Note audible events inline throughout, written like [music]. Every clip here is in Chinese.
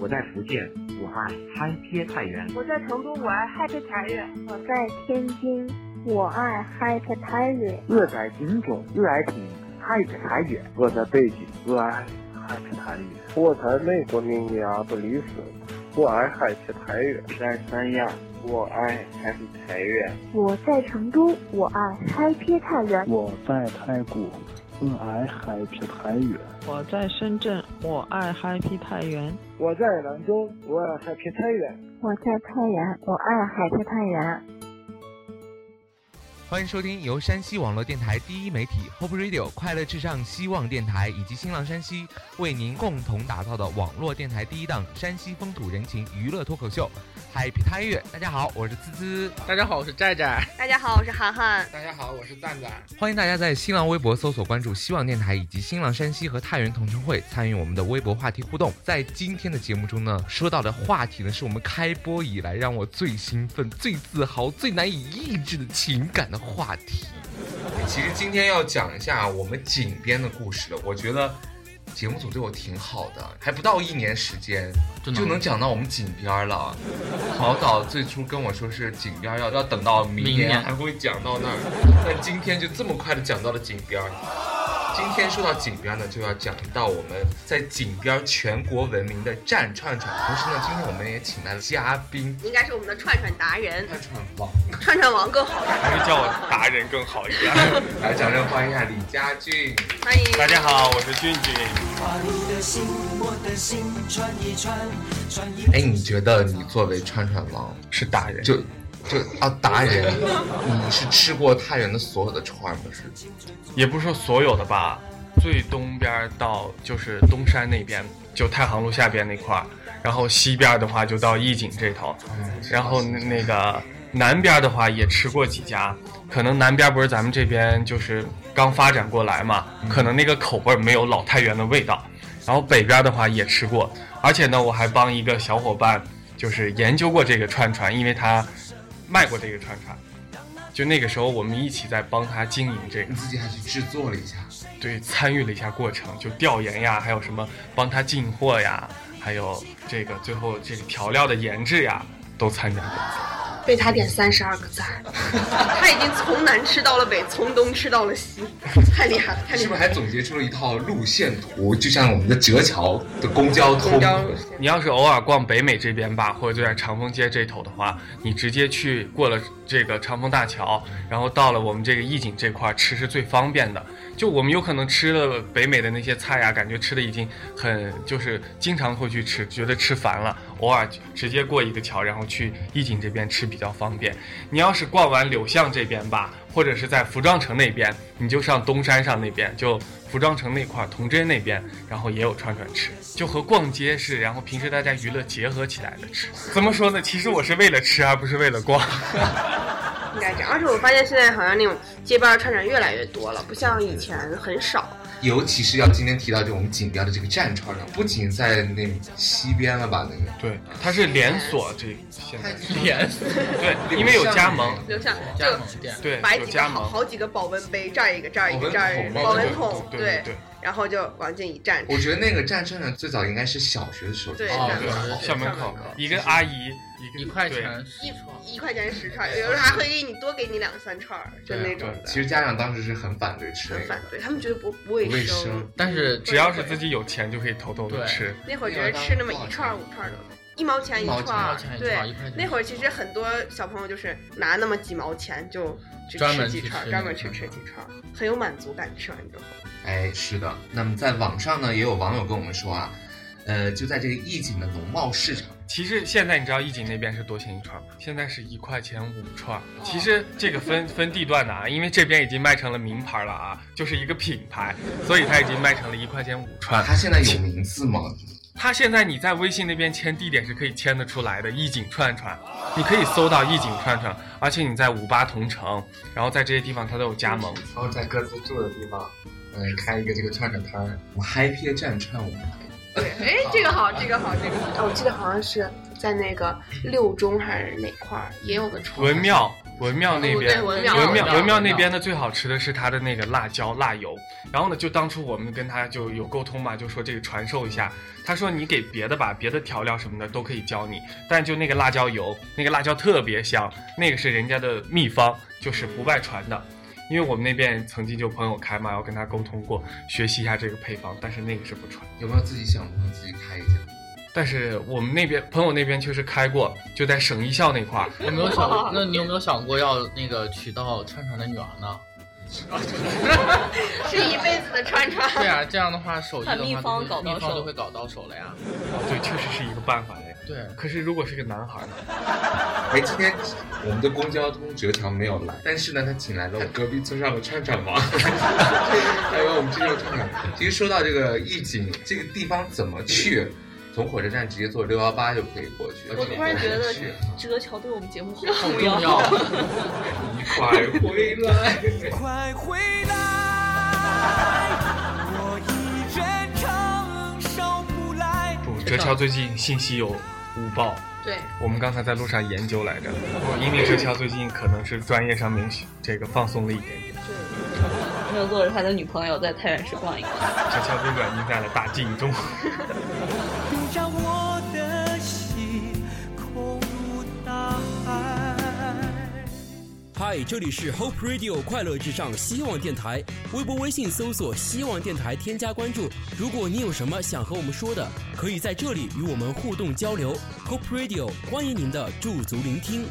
我在福建，我爱嗨贴菜园；我在成都，我爱 Happy 茶园。我在天津，我爱 Happy 茶园。我在金钟，我爱听 Happy 茶园。我在北京，我爱 Happy 茶园。我在美国明尼阿波利斯，我爱 Happy 茶园。在三亚，我爱 Happy 茶园。我在成都，我爱 Happy 茶园。我在嗯泰国。我爱 Happy 太原。我在深圳，我爱 Happy 太原。我在兰州，我爱 Happy 太原。我在太原，我爱 Happy 太原。欢迎收听由山西网络电台第一媒体 Hope Radio 快乐至上希望电台以及新浪山西为您共同打造的网络电台第一档山西风土人情娱乐脱口秀 Happy 太原。大家好，我是滋滋。大家好，我是寨寨。大家好，我是涵涵。大家好，我是赞赞。欢迎大家在新浪微博搜索关注希望电台以及新浪山西和太原同城会，参与我们的微博话题互动。在今天的节目中呢，说到的话题呢，是我们开播以来让我最兴奋、最自豪、最难以抑制的情感的话题。其实今天要讲一下我们井边的故事了。我觉得节目组对我挺好的，还不到一年时间就能讲到我们井边了。曹导最初跟我说是井边要要等到明明年还会讲到那儿，但今天就这么快的讲到了井边儿。今天说到井边呢，就要讲到我们在井边全国闻名的站串串。同时呢，今天我们也请来了嘉宾，应该是我们的串串达人，串串王，串串王更好。还是叫我达人更好一点。 [laughs] 来，掌声欢迎一下李佳俊。欢迎大家好，我是俊俊。哎，你觉得你作为串串王 [laughs] 是达人就就啊达 [laughs] 人，你是吃过太原的所有的串吗？是？也不是说所有的吧，最东边到就是东山那边，就太行路下边那块儿，然后西边的话就到义井这头，然后那那个南边的话也吃过几家，可能南边不是咱们这边就是刚发展过来嘛，可能那个口味儿没有老太原的味道，然后北边的话也吃过，而且呢我还帮一个小伙伴就是研究过这个串串，因为他卖过这个串串。就那个时候，我们一起在帮他经营这个你，自己还去制作了一下，对，参与了一下过程，就调研呀，还有什么帮他进货呀，还有这个最后这个调料的研制呀，都参加过。被他点三十二个赞，他已经从南吃到了北，从东吃到了西，太厉害了，太厉是不害了。是还总结出了一套路线图？就像我们的折桥的公交通公，交路线你要是偶尔逛北美这边吧，或者就在长风街这头的话，你直接去过了这个长风大桥，然后到了我们这个义井这块儿吃是最方便的。就我们有可能吃了北美的那些菜呀、感觉吃的已经很就是经常会去吃，觉得吃烦了，偶尔直接过一个桥，然后去义井这边吃比较方便。你要是逛完柳巷这边吧，或者是在服装城那边，你就上东山上那边，就服装城那块儿童真那边，然后也有串串吃，就和逛街是，然后平时大家娱乐结合起来的吃。怎么说呢？其实我是为了吃，而不是为了逛。应该这样。而且我发现现在好像那种街边儿串串越来越多了，不像以前很少。尤其是要今天提到这种井边的这个站串上，不仅在那西边了吧，那个对，它是连锁这现在连锁对，因为有加盟，留下就加盟店，对买，有几个加好盟。好几个保温杯，这儿一个，这儿一个，这保儿一温桶个保温桶，对对对，然后就往进一站。我觉得那个站串上最早应该是小学的时候就对是哦这对样的，校门口对一个阿姨，一一个块对钱一一块钱十串，有时候还会给你多给你两三串儿，就那种啊其的，实家长当时是很反对吃那很个反的，对，他们觉得不不不卫卫生。但是只要是自己有钱就可以偷偷的对吃。那会儿觉得吃那么一串儿五串儿都一毛钱一一毛串钱儿一毛钱一，串儿对一块钱，那会儿其实很多小朋友就是拿那么几毛钱就去专吃门几去串儿，吃专那门个去串吃儿几串儿，很有满足感。吃完之后，哎，是的。那么在网上呢，也有网友跟我们说啊，呃，就在这个义井的农贸市场，其实现在你知道义井那边是多钱一串吗？现在是一块钱五串。哦其实这个分分地段的啊，因为这边已经卖成了名牌了啊，就是一个品牌，所以它已经卖成了一块钱五串。它现在有名字吗？它现在你在微信那边签地点是可以签得出来的，义井串串，你可以搜到义井串串，而且你在五八同城，然后在这些地方它都有加盟。嗯然后在各自住的地方，嗯、开一个这个串串摊儿，我嗨皮站串我们来。对，哎，这个好，这个好，这个好。啊，我记得好像是在那个六中还是哪块儿也有个串儿文庙，文庙那哦边，对文庙文文庙庙文庙那边呢，最好吃的是它的那个辣椒辣油。然后呢，就当初我们跟他就有沟通嘛，就说这个传授一下。他说你给别的吧，别的调料什么的都可以教你，但就那个辣椒油，那个辣椒特别香，那个是人家的秘方，就是不外传的。因为我们那边曾经就朋友开嘛，要跟他沟通过，学习一下这个配方，但是那个是不传。有没有自己想过自己开一家？但是我们那边朋友那边确实开过，就在省艺校那块儿。有没有想过？那你有没有想过要那个娶到川川的女儿 [laughs] 呢？是一辈子的川川。对啊，这样的话手艺的把话就会，秘方搞到秘方手就会搞到手了呀。哦，对，确实是一个办法嘞。 [laughs] 对，可是如果是个男孩呢？哎，今天我们的公交通哲强没有来，但是呢，他请来了我隔壁村上的串串王， [laughs] 还有我们这个串串。其实说到这个意境，这个地方怎么去？从火车站直接坐六幺八就可以过去。我突然觉得去哲桥对我们节目好好重重要你快回来！快回来！我一人承受不来。哲桥最近信息有误报，对，我们刚才在路上研究来着，因为哲桥最近可能是专业上面这个放松了一点点。没有坐着他的女朋友在太原市逛一逛。哲桥被软禁在了大禁中。别让我的心空如大海。嗨，这里是 Hope Radio 快乐至上希望电台，微博、微信搜索“希望电台”，添加关注。如果你有什么想和我们说的，可以在这里与我们互动交流。Hope Radio 欢迎您的驻足聆听。 [laughs]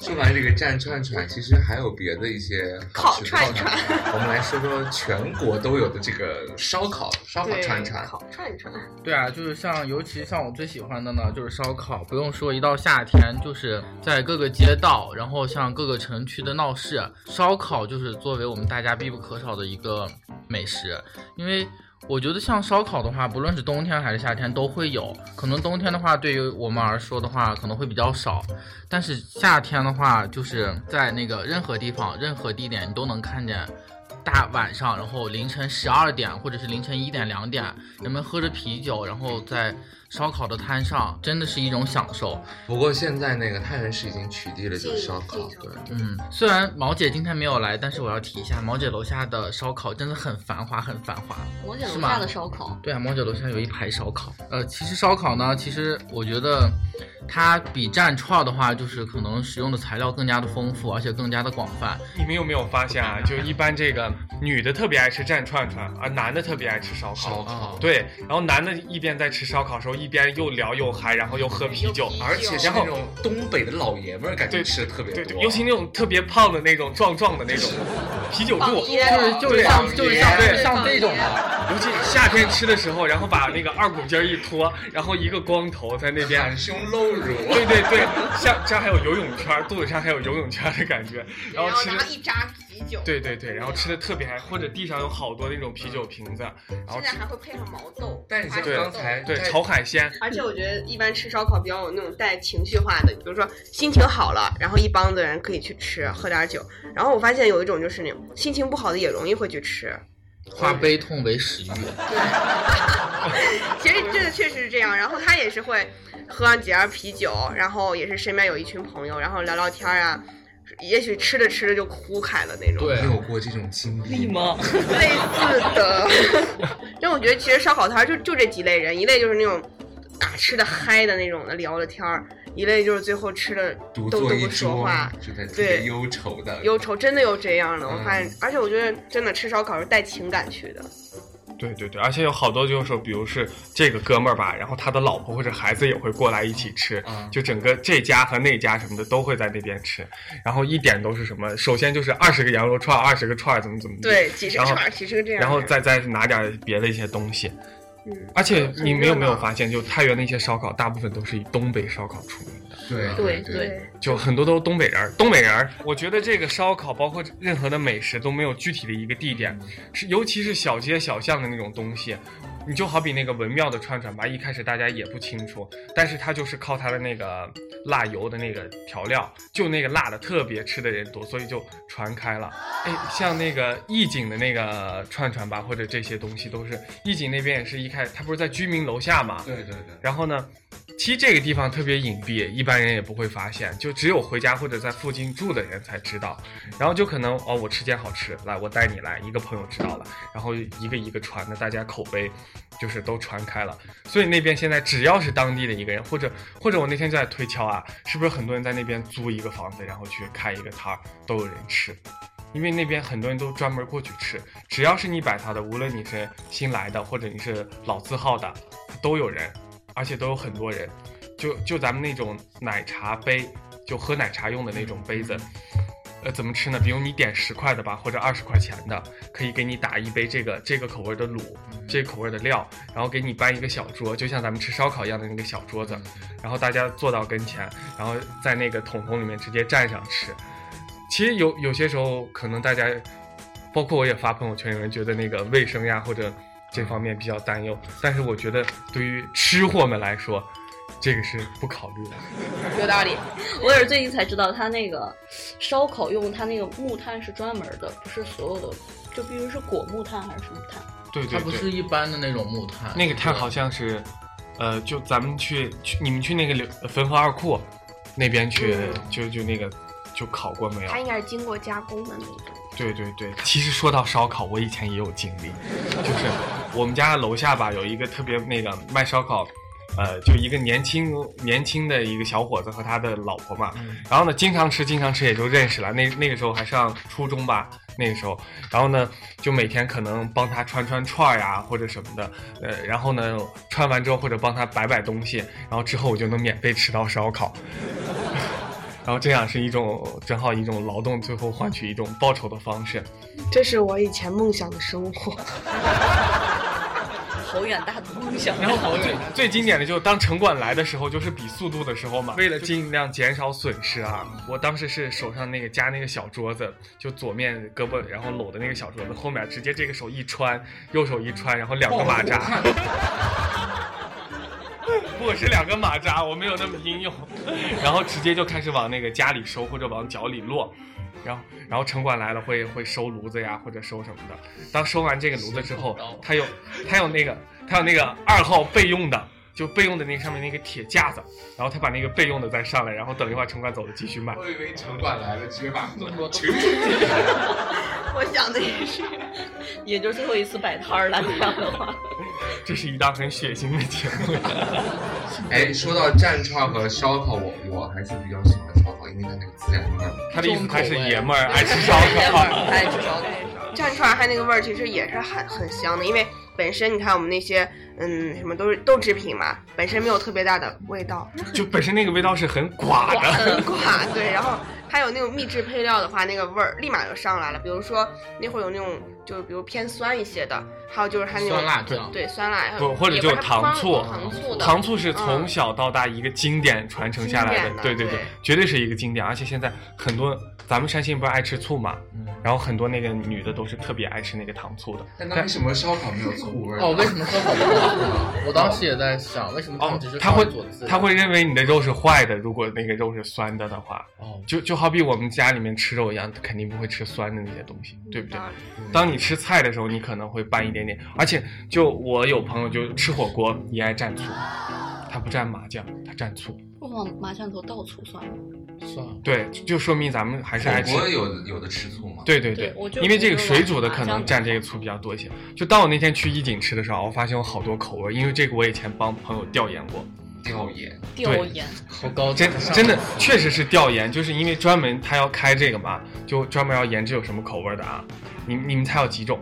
说完这个蘸串串，其实还有别的一些好吃的烤串串串串我们来说说全国都有的这个烧烤，烧烤对串串。烤串串。对啊，就是像，尤其像我最喜欢的呢，就是烧烤。不用说，一到夏天，就是在各个街道，然后像各个城区的闹市，烧烤就是作为我们大家必不可少的一个美食。因为我觉得像烧烤的话，不论是冬天还是夏天都会有。可能冬天的话，对于我们而说的话，可能会比较少，但是夏天的话，就是在那个任何地方、任何地点，你都能看见。大晚上，然后凌晨十二点或者是凌晨一点两点，人们喝着啤酒，然后在烧烤的摊上，真的是一种享受。不过现在那个太原市已经取缔了这个烧烤，对，嗯，虽然毛姐今天没有来，但是我要提一下，毛姐楼下的烧烤真的很繁华，很繁华。我姐是楼吗下的烧烤，对啊，毛姐楼下有一排烧烤。呃，其实烧烤呢，其实我觉得它比蘸串的话，就是可能使用的材料更加的丰富，而且更加的广泛。你们有没有发现啊？就一般这个女的特别爱吃蘸串串，啊，男的特别爱吃烧烤。烧烤对，然后男的一边在吃烧烤的时候，一边又聊又嗨，然后又喝啤酒，而且是然后那种东北的老爷们儿，感觉吃的特别对对，多。尤其那种特别胖的那种壮壮的那种，啤酒肚，爷就是就是像对就是像对像这种的。尤其夏天吃的时候，然后把那个二股筋儿一脱，然后一个光头在那边含胸露乳， [laughs] 对对对，像这还有游泳圈儿，肚子上还有游泳圈儿的感觉，然后吃拿的。一扎啤酒，对对对，然后吃的特别嗨，或者地上有好多那种啤酒瓶子，然后现在还会配上毛豆，但花对生豆对炒海鲜，而且我觉得一般吃烧烤比较有那种带情绪化的，比如说心情好了，然后一帮子人可以去吃，喝点酒。然后我发现有一种就是那种心情不好的也容易会去吃，化悲痛为食欲。其实这个确实是这样。然后他也是会喝上几样啤酒，然后也是身边有一群朋友，然后聊聊天啊，也许吃着吃着就哭开了那种。你有过这种经历吗？类似的。 [laughs] 但我觉得其实烧烤摊儿就就这几类人，一类就是那种大吃的嗨的那种的聊着天儿，一类就是最后吃的独都坐都一不说桌话，，就在特别对忧愁的。忧愁真的有这样的，我嗯发现，而且我觉得真的吃烧烤是带情感去的，对对对，而且有好多就是说，比如是这个哥们儿吧，然后他的老婆或者孩子也会过来一起吃，就整个这家和那家什么的都会在那边吃，然后一点都是什么，首先就是二十个羊肉串，二十个串儿怎么怎么地对，几十个然后串儿，几十个这样的，然后再再拿点别的一些东西。嗯，而且你们有很热没有闹发现，就太原的一些烧烤，大部分都是以东北烧烤出名的。对对对对，就很多都是东北人儿。东北人儿，我觉得这个烧烤包括任何的美食都没有具体的一个地点，是尤其是小街小巷的那种东西，你就好比那个文庙的串串吧，一开始大家也不清楚，但是它就是靠它的那个辣油的那个调料，就那个辣的特别吃的人多，所以就传开了。哎，像那个义井的那个串串吧，或者这些东西都是义井那边也是一开始，它不是在居民楼下嘛？对对对。然后呢，其实这个地方特别隐蔽，一般人也不会发现，就只有回家或者在附近住的人才知道。然后就可能哦，我吃件好吃，来我带你来，一个朋友知道了，然后一个一个传的，大家口碑就是都传开了。所以那边现在只要是当地的一个人，或者或者我那天就在推敲啊，是不是很多人在那边租一个房子，然后去开一个摊儿，都有人吃。因为那边很多人都专门过去吃，只要是你摆摊的，无论你是新来的或者你是老字号的，都有人，而且都有很多人。就就咱们那种奶茶杯，就喝奶茶用的那种杯子，呃，怎么吃呢？比如你点十块的吧，或者二十块钱的，可以给你打一杯这个这个口味的卤，这个口味的料，然后给你搬一个小桌，就像咱们吃烧烤一样的那个小桌子，然后大家坐到跟前，然后在那个桶桶里面直接蘸上吃。其实有有些时候，可能大家，包括我也发朋友圈，有人觉得那个卫生呀或者这方面比较担忧，但是我觉得对于吃货们来说，这个是不考虑的。有道理，我也是最近才知道，他那个烧烤用他那个木炭是专门的，不是所有的，就比如是果木炭还是什么炭？对对对，它不是一般的那种木炭，那个炭好像是，呃，就咱们去去你们去那个柳呃汾河二库那边去，嗯就就那个。就烤过没有？它应该是经过加工的那种。对对对，其实说到烧烤，我以前也有经历，就是我们家楼下吧有一个特别那个卖烧烤，呃，就一个年轻年轻的一个小伙子和他的老婆嘛，然后呢经常吃经常吃也就认识了，那那个时候还上初中吧，那个时候，然后呢就每天可能帮他穿穿串呀、或者什么的，呃，然后呢穿完之后或者帮他摆摆东西，然后之后我就能免费吃到烧烤。然后这样是一种正好一种劳动，最后换取一种报酬的方式。这是我以前梦想的生 [laughs] 活。好远大的梦想。然后最 [laughs] 最经典的就是当城管来的时候，就是比速度的时候嘛。为了尽量减少损失啊，我当时是手上那个夹那个小桌子，就左面胳膊然后搂的那个小桌子，后面直接这个手一穿，右手一穿，然后两个马扎。我是两个马扎，我没有那么英勇，然后直接就开始往那个家里收或者往脚里落，然后然后城管来了会会收炉子呀或者收什么的。当收完这个炉子之后，他有他有那个他有那个二号备用的，就备用的那个上面那个铁架子，然后他把那个备用的再上来，然后等一会儿城管走了继续卖。我以为城管来了，直接把我想的也是，也就是最后一次摆摊儿了，这样 [laughs] 的话。这是一档很血腥的节目。哎，说到蘸串和烧烤，我我还是比较喜欢烧烤，因为它那个孜然味儿。他的意思他是爷们儿，重口味爱吃烧烤。爱吃烧烤。蘸串儿它那个味儿其实也是很很香的，因为本身你看我们那些嗯什么都是豆制品嘛，本身没有特别大的味道，就本身那个味道是很 [laughs] 寡很的。寡对，然后还有那种秘制配料的话，那个味儿立马就上来了。比如说那会儿有那种就是比如偏酸一些的，还有就是它那种酸辣酱对酸辣，还有不，或者嗯也就不是是糖醋，它不光有糖醋的嗯糖醋是从小到大一个经典传承下来经的典，的对对对，绝对是一个经典。而且现在很多咱们山西人不是爱吃醋嘛，嗯然后很多那个女的都是特别爱吃那个糖醋的。但那为什么烧烤没有醋味儿呢？哦，为什么烧烤不好？我当时也在想，为什么哦他们只是他哦会佐自己他会认为你的肉是坏的，如果那个肉是酸的的话，哦，就就好比我们家里面吃肉一样，肯定不会吃酸的那些东西，嗯对不对？当你吃菜的时候，你可能会拌一点点，而且就我有朋友就吃火锅也爱蘸醋，他不蘸麻酱，他蘸醋，我往麻酱头倒醋算了。算了。对，就说明咱们还是爱吃。火锅有的有的吃醋吗？对对对我就因为这个觉得水煮的麻可能酱蘸这个醋比较多一些。就当我那天去一锦吃的时候，我发现有好多口味，因为这个我以前帮朋友调研过。哦调研，调研，好高真真的确实是调研，就是因为专门他要开这个嘛，就专门要研制有什么口味的啊。你你们猜有几种？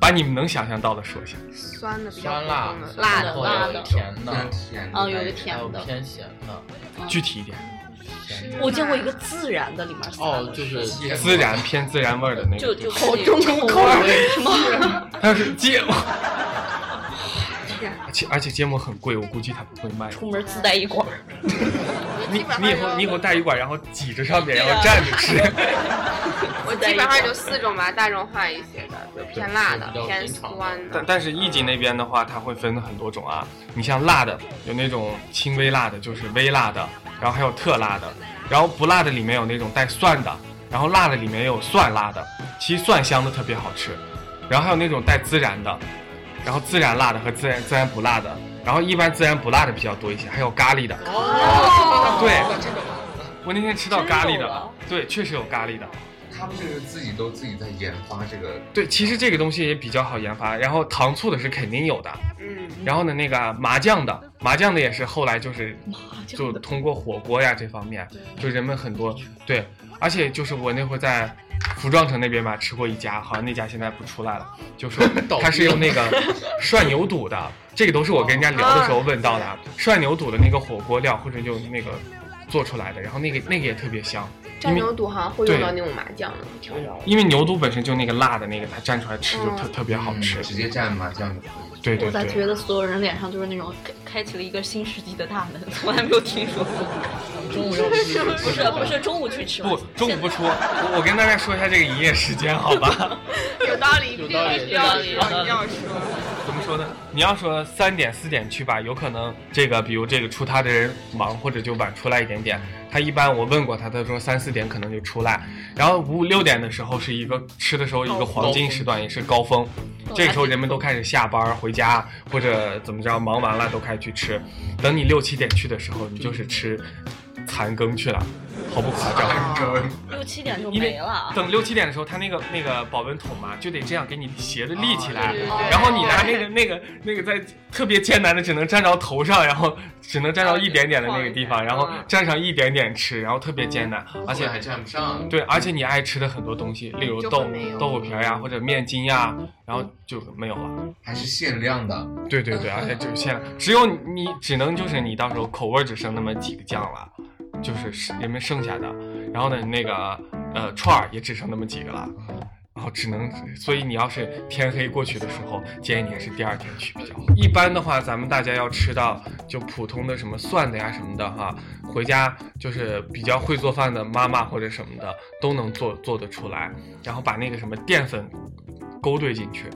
把你们能想象到的说一下。酸的比较酸辣普通，的辣然的后辣有的甜的，甜嗯的啊有个甜还有的嗯偏咸的，具体一点。我见过一个孜然的，里面撒哦的，就是孜然偏孜然味儿的那就个。就好重口味什么？但是芥末，天而且而且芥末很贵，我估计他不会卖。出门自带一管儿。你基本上你以后就你以后带一碗，然后挤着上对面，啊然后蘸着吃。我基本上就四种吧，大众化一些的，就偏辣的、偏酸的。但但是意境那边的话，它会分很多种啊。你像辣的，有那种轻微辣的，就是微辣的，然后还有特辣的，然后不辣的里面有那种带蒜的，然后辣的里面也有蒜辣的，其实蒜香的特别好吃，然后还有那种带孜然的，然后孜然辣的和孜然孜然不辣的，然后一般孜然不辣的比较多一些，还有咖喱的。哦对这个我那天吃到咖喱真有的啊，对，确实有咖喱的。他们这个自己都自己在研发这个，对，其实这个东西也比较好研发，然后糖醋的是肯定有的，嗯，然后呢，那个麻酱的，麻酱的也是后来就是，就通过火锅呀这方面，就人们很多对，而且就是我那会在服装城那边吧吃过一家，好像那家现在不出来了，就说 [laughs] 倒闭了它是用那个 [laughs] 涮牛肚的，这个都是我跟人家聊的时候问到的，啊啊涮牛肚的那个火锅料或者就那个做出来的，然后那个那个也特别香，蘸牛肚好像会用到那种麻酱调料。因为牛肚本身就那个辣的那个，它蘸出来吃就特、嗯特别好吃，直接蘸麻酱就可以。对对我咋对，觉得所有人脸上都是那种开开启了一个新世纪的大门，从来没有听说过。中午要吃 [laughs] 是不是不是不是中午去吃吧不，中午不出。我我跟大家说一下这个营业时间，好吧？有道理，必有道理须要有道要理要说。怎么说呢？你要说三点四点去吧，有可能这个比如这个出摊的人忙，或者就晚出来一点点。他一般我问过他，他说三四点可能就出来，然后五六点的时候是一个吃的时候一个黄金时段，也是高峰。这个时候人们都开始下班回家或者怎么着，忙完了都开始去吃。等你六七点去的时候，你就是吃残羹去了，毫不夸张。哦 [laughs] 六七点就因没为了。等六七点的时候，他那个那个保温桶嘛，就得这样给你斜着立起来哦对对，对然后你拿那 [laughs] 个那个那个在特别艰难的只能站到头上，然后只能站到一点点的那个地啊方，然后站上一点点吃，然后特别艰难，嗯而且还站不上对，而且你爱吃的很多东西，例如就会豆没有豆腐皮儿呀或者面筋呀，然后就没有了，还是限量的。对对对，而且就是限量，只有你你只能就是你到时候口味儿只剩那么几个酱了，就是是人们剩下的，然后呢那个呃串儿也只剩那么几个了。然后只能，所以你要是天黑过去的时候，建议你还是第二天去比较好。一般的话，咱们大家要吃到就普通的什么蒜的呀什么的哈，回家就是比较会做饭的妈妈或者什么的都能做做得出来，然后把那个什么淀粉勾兑进去，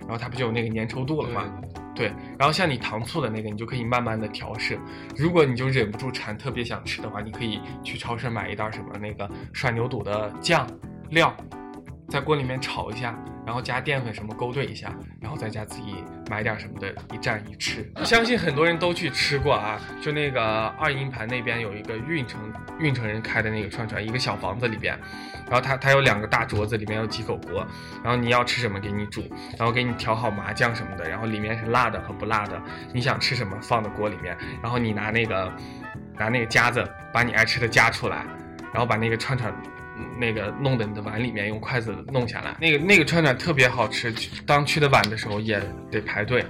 然后它不就有那个粘稠度了吗？对，然后像你糖醋的那个，你就可以慢慢的调试。如果你就忍不住馋，特别想吃的话，你可以去超市买一袋什么那个涮牛肚的酱料，在锅里面炒一下，然后加淀粉什么勾兑一下，然后再加自己买点什么的，一蘸一吃。相信很多人都去吃过啊，就那个二营盘那边有一个运城运城人开的那个串串，一个小房子里边，然后它它有两个大桌子，里面有几口锅，然后你要吃什么给你煮，然后给你调好麻酱什么的，然后里面是辣的和不辣的，你想吃什么放到锅里面，然后你拿那个拿那个夹子把你爱吃的夹出来，然后把那个串串。嗯那个弄到你的碗里面，用筷子弄下来。那个那个串串特别好吃，当去的晚的时候也得排队，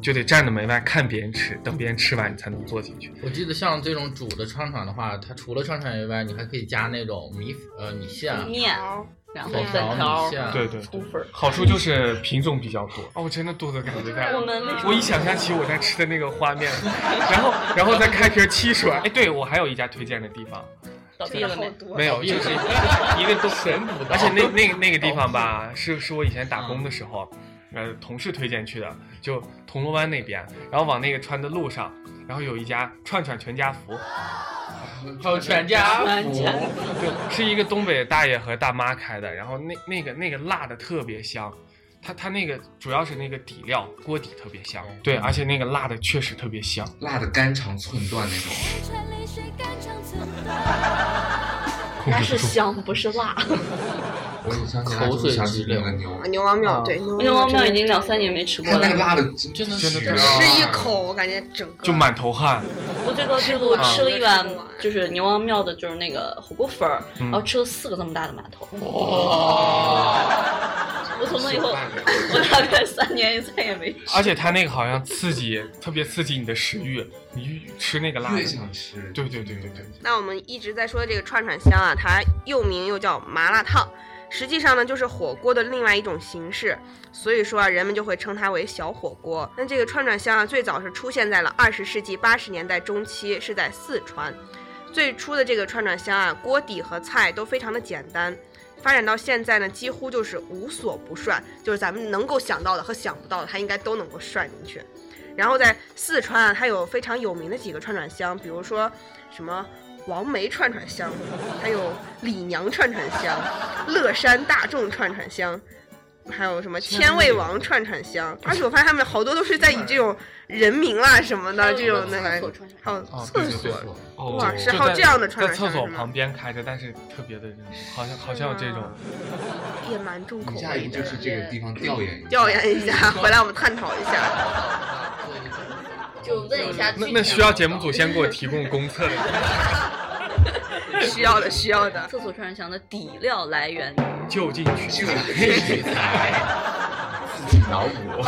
就得站着门外看别人吃，等别人吃完你才能坐进去。我记得像这种煮的串串的话，它除了串串以外，你还可以加那种米呃米线、面，然后粉粉条、条米，线，对对葱粉儿。好处就是品种比较多。哦，我真的肚子感觉在我们为什么，我一想象起我在吃的那个画面，然后然后再开瓶汽水。哎，对我还有一家推荐的地方，倒闭了没？没有，就是一个都神补而且那那那个地方吧，是是我以前打工的时候，呃，同事推荐去的，就铜锣湾那边，然后往那个川的路上，然后有一家串串全家福，还哦有全家福全家福对，是一个东北大爷和大妈开的，然后那那个那个辣的特别香。它它那个主要是那个底料锅底特别香，嗯对，而且那个辣的确实特别香，辣的肝肠寸断那种。那是香，不是辣。我一想起来就想起那个牛，啊牛王庙对牛牛王庙庙真已的经两三年没吃过看了。那个辣的真的真的是吃一口，我感觉整个就满头汗。我这个这个啊我吃了一碗，就是牛王庙的，就是那个火锅粉儿，然后吃了四个那么大的馒头。 [laughs] 我从那以后，我大概三年再也没吃。而且它那个好像刺激，特别刺激你的食欲，你越吃那个辣的越想吃。对对对对对。那我们一直在说的这个串串香啊，它又名又叫麻辣烫，实际上呢就是火锅的另外一种形式，所以说啊，人们就会称它为小火锅。那这个串串香啊，最早是出现在了二十世纪八十年代中期，是在四川。最初的这个串串香啊，锅底和菜都非常的简单。发展到现在呢，几乎就是无所不涮，就是咱们能够想到的和想不到的，它应该都能够涮进去。然后在四川啊，它有非常有名的几个串串香，比如说什么王梅串串香，还有李娘串串香、乐山大众串串香，还有什么千味王串串香。而且我发现他们好多都是在以这种人名啦、什么的这种那个，还有厕所，哇，是还有这样的串哦在串香厕是所吗？啊旁边开着，但是特别的人，好像好像有这种。也蛮重口你下一味步就的，是这个地方调研一下。调研一下， [laughs] 回来我们探讨一下。就问一下具那体那需要节目组先给我提供公测。需要的，需要的。厕所串香的底料来源就近取取材，自己脑补。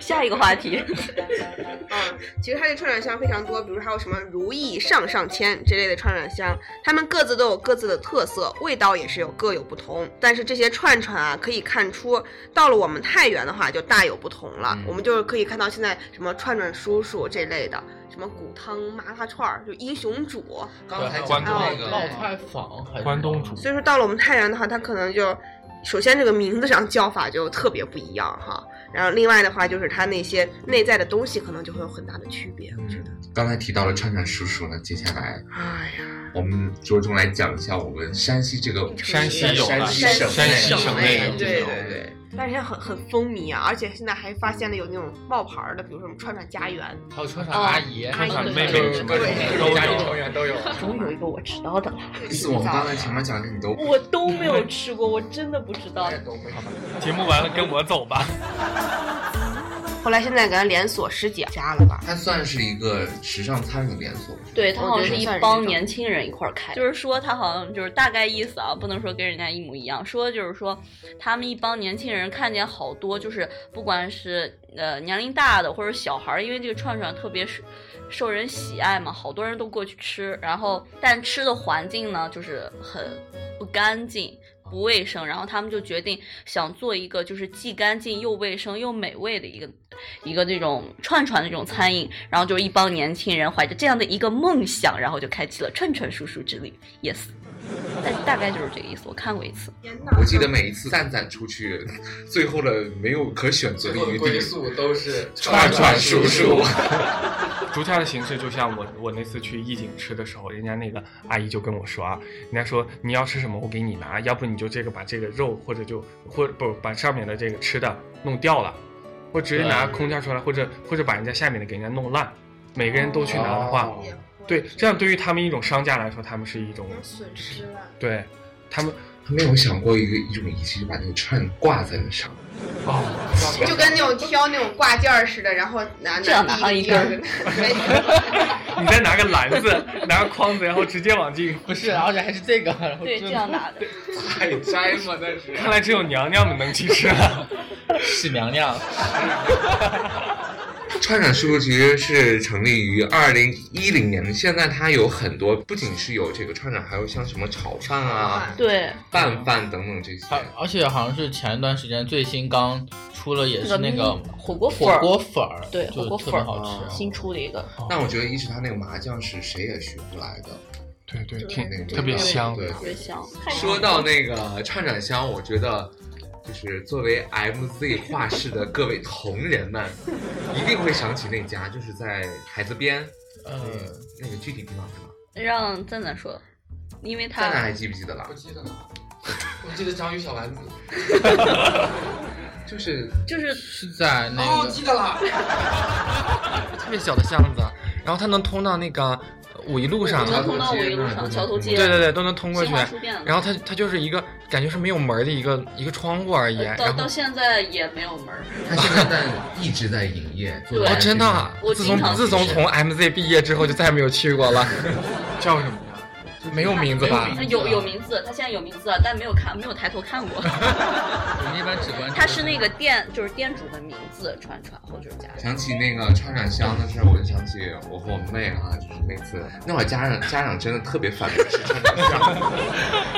下一个话题，嗯其实它这串串香非常多，比如还有什么如意上上签这类的串串香，它们各自都有各自的特色，味道也是有各有不同。但是这些串串啊，可以看出到了我们太原的话就大有不同了。嗯我们就是可以看到现在什么串串叔叔这类的，什么骨汤麻辣串儿，就英雄煮，刚才讲讲到到那对个冒菜坊还是关东煮，所以说到了我们太原的话，它可能就首先这个名字上叫法就特别不一样哈，然后另外的话就是它那些内在的东西可能就会有很大的区别。刚才提到了串串叔叔呢，接下来哎我们着重来讲一下我们山西这个山西有山的西省山西省内内的对对对，但是现在很很风靡啊，而且现在还发现了有那种冒牌儿的，比如说什么串串家园，还有串串阿姨、哦阿姨对对对家庭成员都有。总有一个我知道的了。意思我们刚才前面讲的你都我都没有吃过，我真的不知道。节目完了跟我走吧。后来现在给它连锁十几家了吧？它算是一个时尚餐饮连锁吧。对他好像是一帮年轻人一块儿开，就是说他好像就是大概意思啊，不能说跟人家一模一样，说就是说他们一帮年轻人看见好多就是不管是呃年龄大的或者小孩儿，因为这个串串特别是受人喜爱嘛，好多人都过去吃，然后但吃的环境呢就是很呃不干净。不卫生，然后他们就决定想做一个就是既干净又卫生又美味的一个一个这种串串的这种餐饮，然后就是一帮年轻人怀着这样的一个梦想，然后就开启了串串叔叔之旅。Yes，但大概就是这个意思。我看过一次，我记得每一次蛋蛋出去， [laughs] 最后的没有可选择的余地，都是串串叔叔。 [laughs] 竹条的形式就像我我那次去义景吃的时候，人家那个阿姨就跟我说啊，人家说你要吃什么我给你拿，要不你就这个把这个肉或者就或不把上面的这个吃的弄掉了，或直接拿对空架出来，或者或者把人家下面的给人家弄烂，每个人都去拿的话，对，这样对于他们一种商家来说，他们是一种损失了。对他们他 [laughs] 没有想过一个一种仪式，把那个串挂在那上。哦， [laughs] 就跟那种挑那种挂件儿似的，然后拿这样拿上一根儿 [laughs] 第 [laughs] 你再拿个篮子，拿个筐子，然后直接往进，不是，而且还是这个，然后对，这样拿的。太摘嘛，但是看来只有娘娘们能去吃了。喜娘娘， [laughs] 串串叔叔其实是成立于二零一零年的，现在它有很多，不仅是有这个串串，还有像什么炒饭啊、对，拌饭等等这些。而且好像是前一段时间最新刚出了，也是那个火锅粉火儿锅粉儿，对，就火锅特粉别儿嗯好吃。新出的一个，但我觉得一直他那个麻酱是谁也学不来的，对对，挺特别香对，特别香。说到那个串串香，我觉得就是作为 MZ 画室的各位同仁们，一定会想起那家，就是在海子边，嗯呃，嗯那个具体地方是哪？让赞赞说，因为他哦蛋蛋还记不记得了？不记得了，我记得章鱼小丸子，就是就是是在那个、哦记得了，特别小的巷子，然后它能通到那个五一路上，对能通到五一路上桥头街对对对，都能通过去新华书店了。然后它它就是一个感觉是没有门儿的一个一个窗户而已。呃到然后哦到现在也没有门儿。他现在但一直在营业，做哦，真的啊我，自经常从自从去从 MZ 毕业之后就再也没有去过了。叫什么呀？没有名字吧？有有名字，他现在有名字了，但没有看，没有抬头看过。我们一般只关注他是那个店，就是店主的名字，串串或者是家里。想起那个串串香的事儿，我就想起我和我妹啊，就是每次那会儿家长家长真的特别反对吃串串香， [laughs]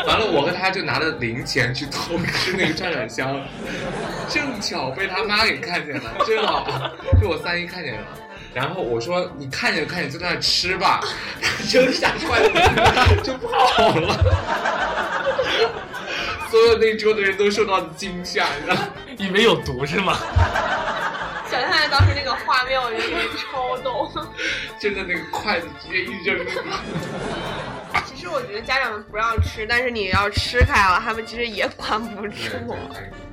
完了我和她就拿着零钱去偷吃那个串串香，正巧被她妈给看见了，真好，被我三姨看见了。然后我说你看见就看见，就在那吃吧， [laughs] 扔下筷子就跑了。 [laughs] 所有那桌的人都受到惊吓，你知道吗？以为有毒是吗？ [laughs] 想象当时那个画面，我觉得特别超逗。 [laughs] 真的那个筷子直接一扔。其实我觉得家长们不让吃，但是你要吃开了，他们其实也管不住。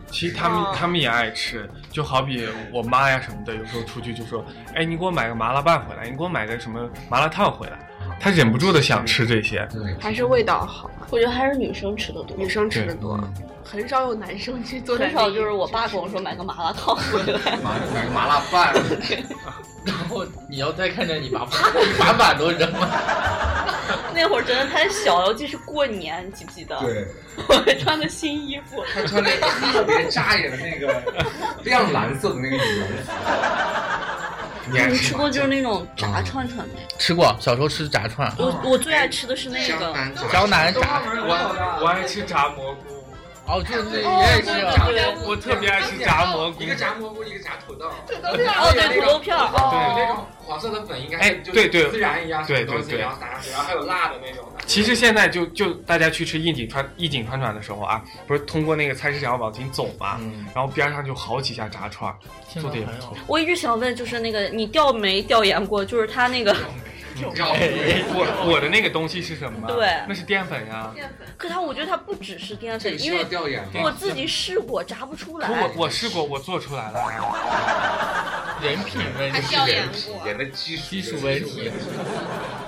其实他们、哦他们也爱吃，就好比我妈呀什么的，有时候出去就说：“哎，你给我买个麻辣拌回来，你给我买个什么麻辣烫回来。”她忍不住的想吃这些。还是味道好，啊我觉得还是女生吃的多，女生吃的多，很少有男生去做。很少就是我爸跟我说买个麻辣烫回来，买买个麻辣拌，然后你要再看见你爸，啪，一把 [laughs] 板都扔了。那会儿真的太小了，尤其是过年，你记不记得？对，我还 [laughs] 穿个新衣服，他穿了一个特别扎眼的那个亮蓝色的那个羽绒服。你们吃过就是那种炸串串没？嗯吃过，小时候吃炸串，我我最爱吃的是那个江南炸，我我爱吃炸蘑菇。哦，就是那哦也对爱吃炸对对我特别爱吃炸蘑菇。一个炸蘑菇，一个炸土豆。土豆片哦对土豆片儿哦那种黄色的粉应该哎是就对对孜然一样什对么东西，对对然后撒上去，然后还有辣的 [laughs] 那种的。其实现在就就大家去吃一锦川一锦川川的时候啊，不是通过那个菜市场往前走嘛，然后边上就好几家炸串，做的也不错。我一直想问，就是那个你调没调研过？就是他那个，我我的那个东西是什么？对那是淀粉啊呀。可他我觉得他不只是淀粉，这因需要为调研吗我自己试过，炸不出来。可我我试过，我做出来了。人品问还题，调研人的基础基础问题。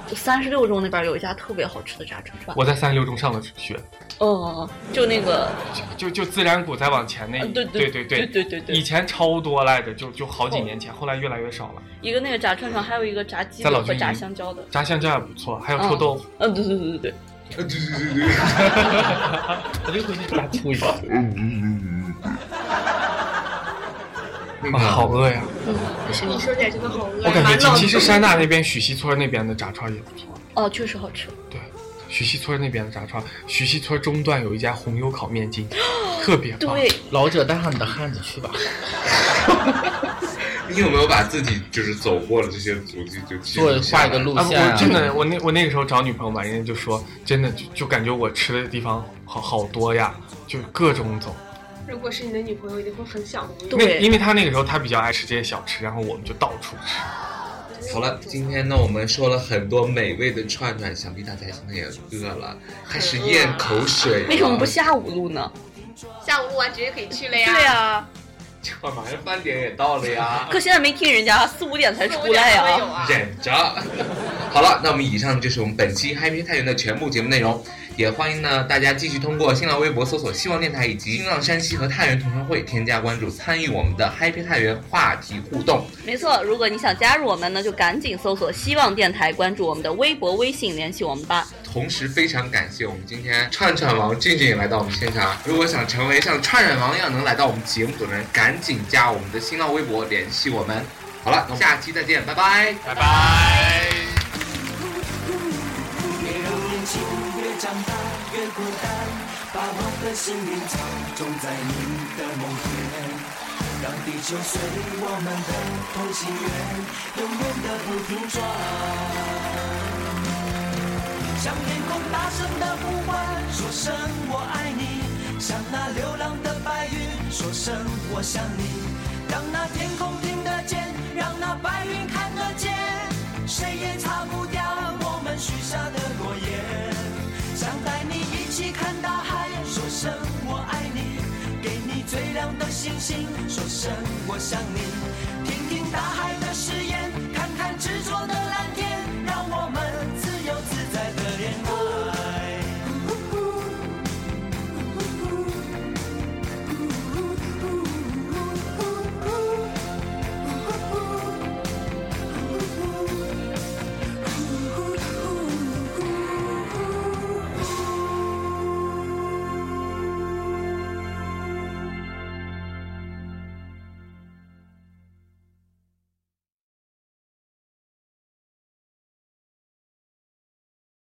就三十六中那边有一家特别好吃的炸串串，我在三十六中上的学，哦，就那个就就自然谷再往前那一啊对对对对对对对对以前超多来着，就就好几年前，后来越来越少了。一个那个炸串串，还有一个炸鸡在老柳君和营炸香蕉的，炸香蕉也不错，还有臭豆腐。嗯，对对对对对。对对对对，哎我就回去 [laughs] 炸醋一下。啊，好饿呀！哎你说起来真的好啊饿。我感觉满脑锦子旗是山大那边许溪村那边的炸串也不错，哦，确实好吃。许溪村那边的炸串，许溪村中段有一家红油烤面筋，特别棒。对老者带上你的汉子 [laughs] 去吧。你有没有把自己就是走过了这些足迹就记录下来画一个路线啊我真的，我那我那个时候找女朋友嘛，人家就说，真的就就感觉我吃的地方好好多呀，就各种走。如果是你的女朋友，一定会很想你。那因为她那个时候她比较爱吃这些小吃，然后我们就到处吃。好了，今天呢，我们说了很多美味的串串，想必大家现在也饿了，开始咽口水了。为什么不下午录呢？下午录完直接可以去了呀。对啊呀，晚马上饭点也到了呀，可现在没听人家，四五点才出来四五点才有呀。啊 [laughs] 忍着。好了，那我们以上就是我们本期 Happy 太原的全部节目内容，也欢迎呢大家继续通过新浪微博搜索“希望电台”以及新浪山西和太原同城会添加关注，参与我们的 Happy 太原话题互动。没错，如果你想加入我们呢，就赶紧搜索“希望电台”，关注我们的微博、微信，联系我们吧。同时非常感谢我们今天串串王俊俊也来到我们现场。如果想成为像串串王一样能来到我们节目的人，赶紧加我们的新浪微博联系我们。好了，那我们下期再见，拜拜，拜拜。越年轻越长大越孤单，把我的心灵草种在你的梦田，让地球随我们的同心圆，永远的不停转。向天空大声的呼唤，说声我爱你；向那流浪的白云，说声我想你。让那天空听得见，让那白云看得见，谁也擦不掉我们许下的诺言。想带你一起看大海，说声我爱你，给你最亮的星星，说声我想你，听听大海的声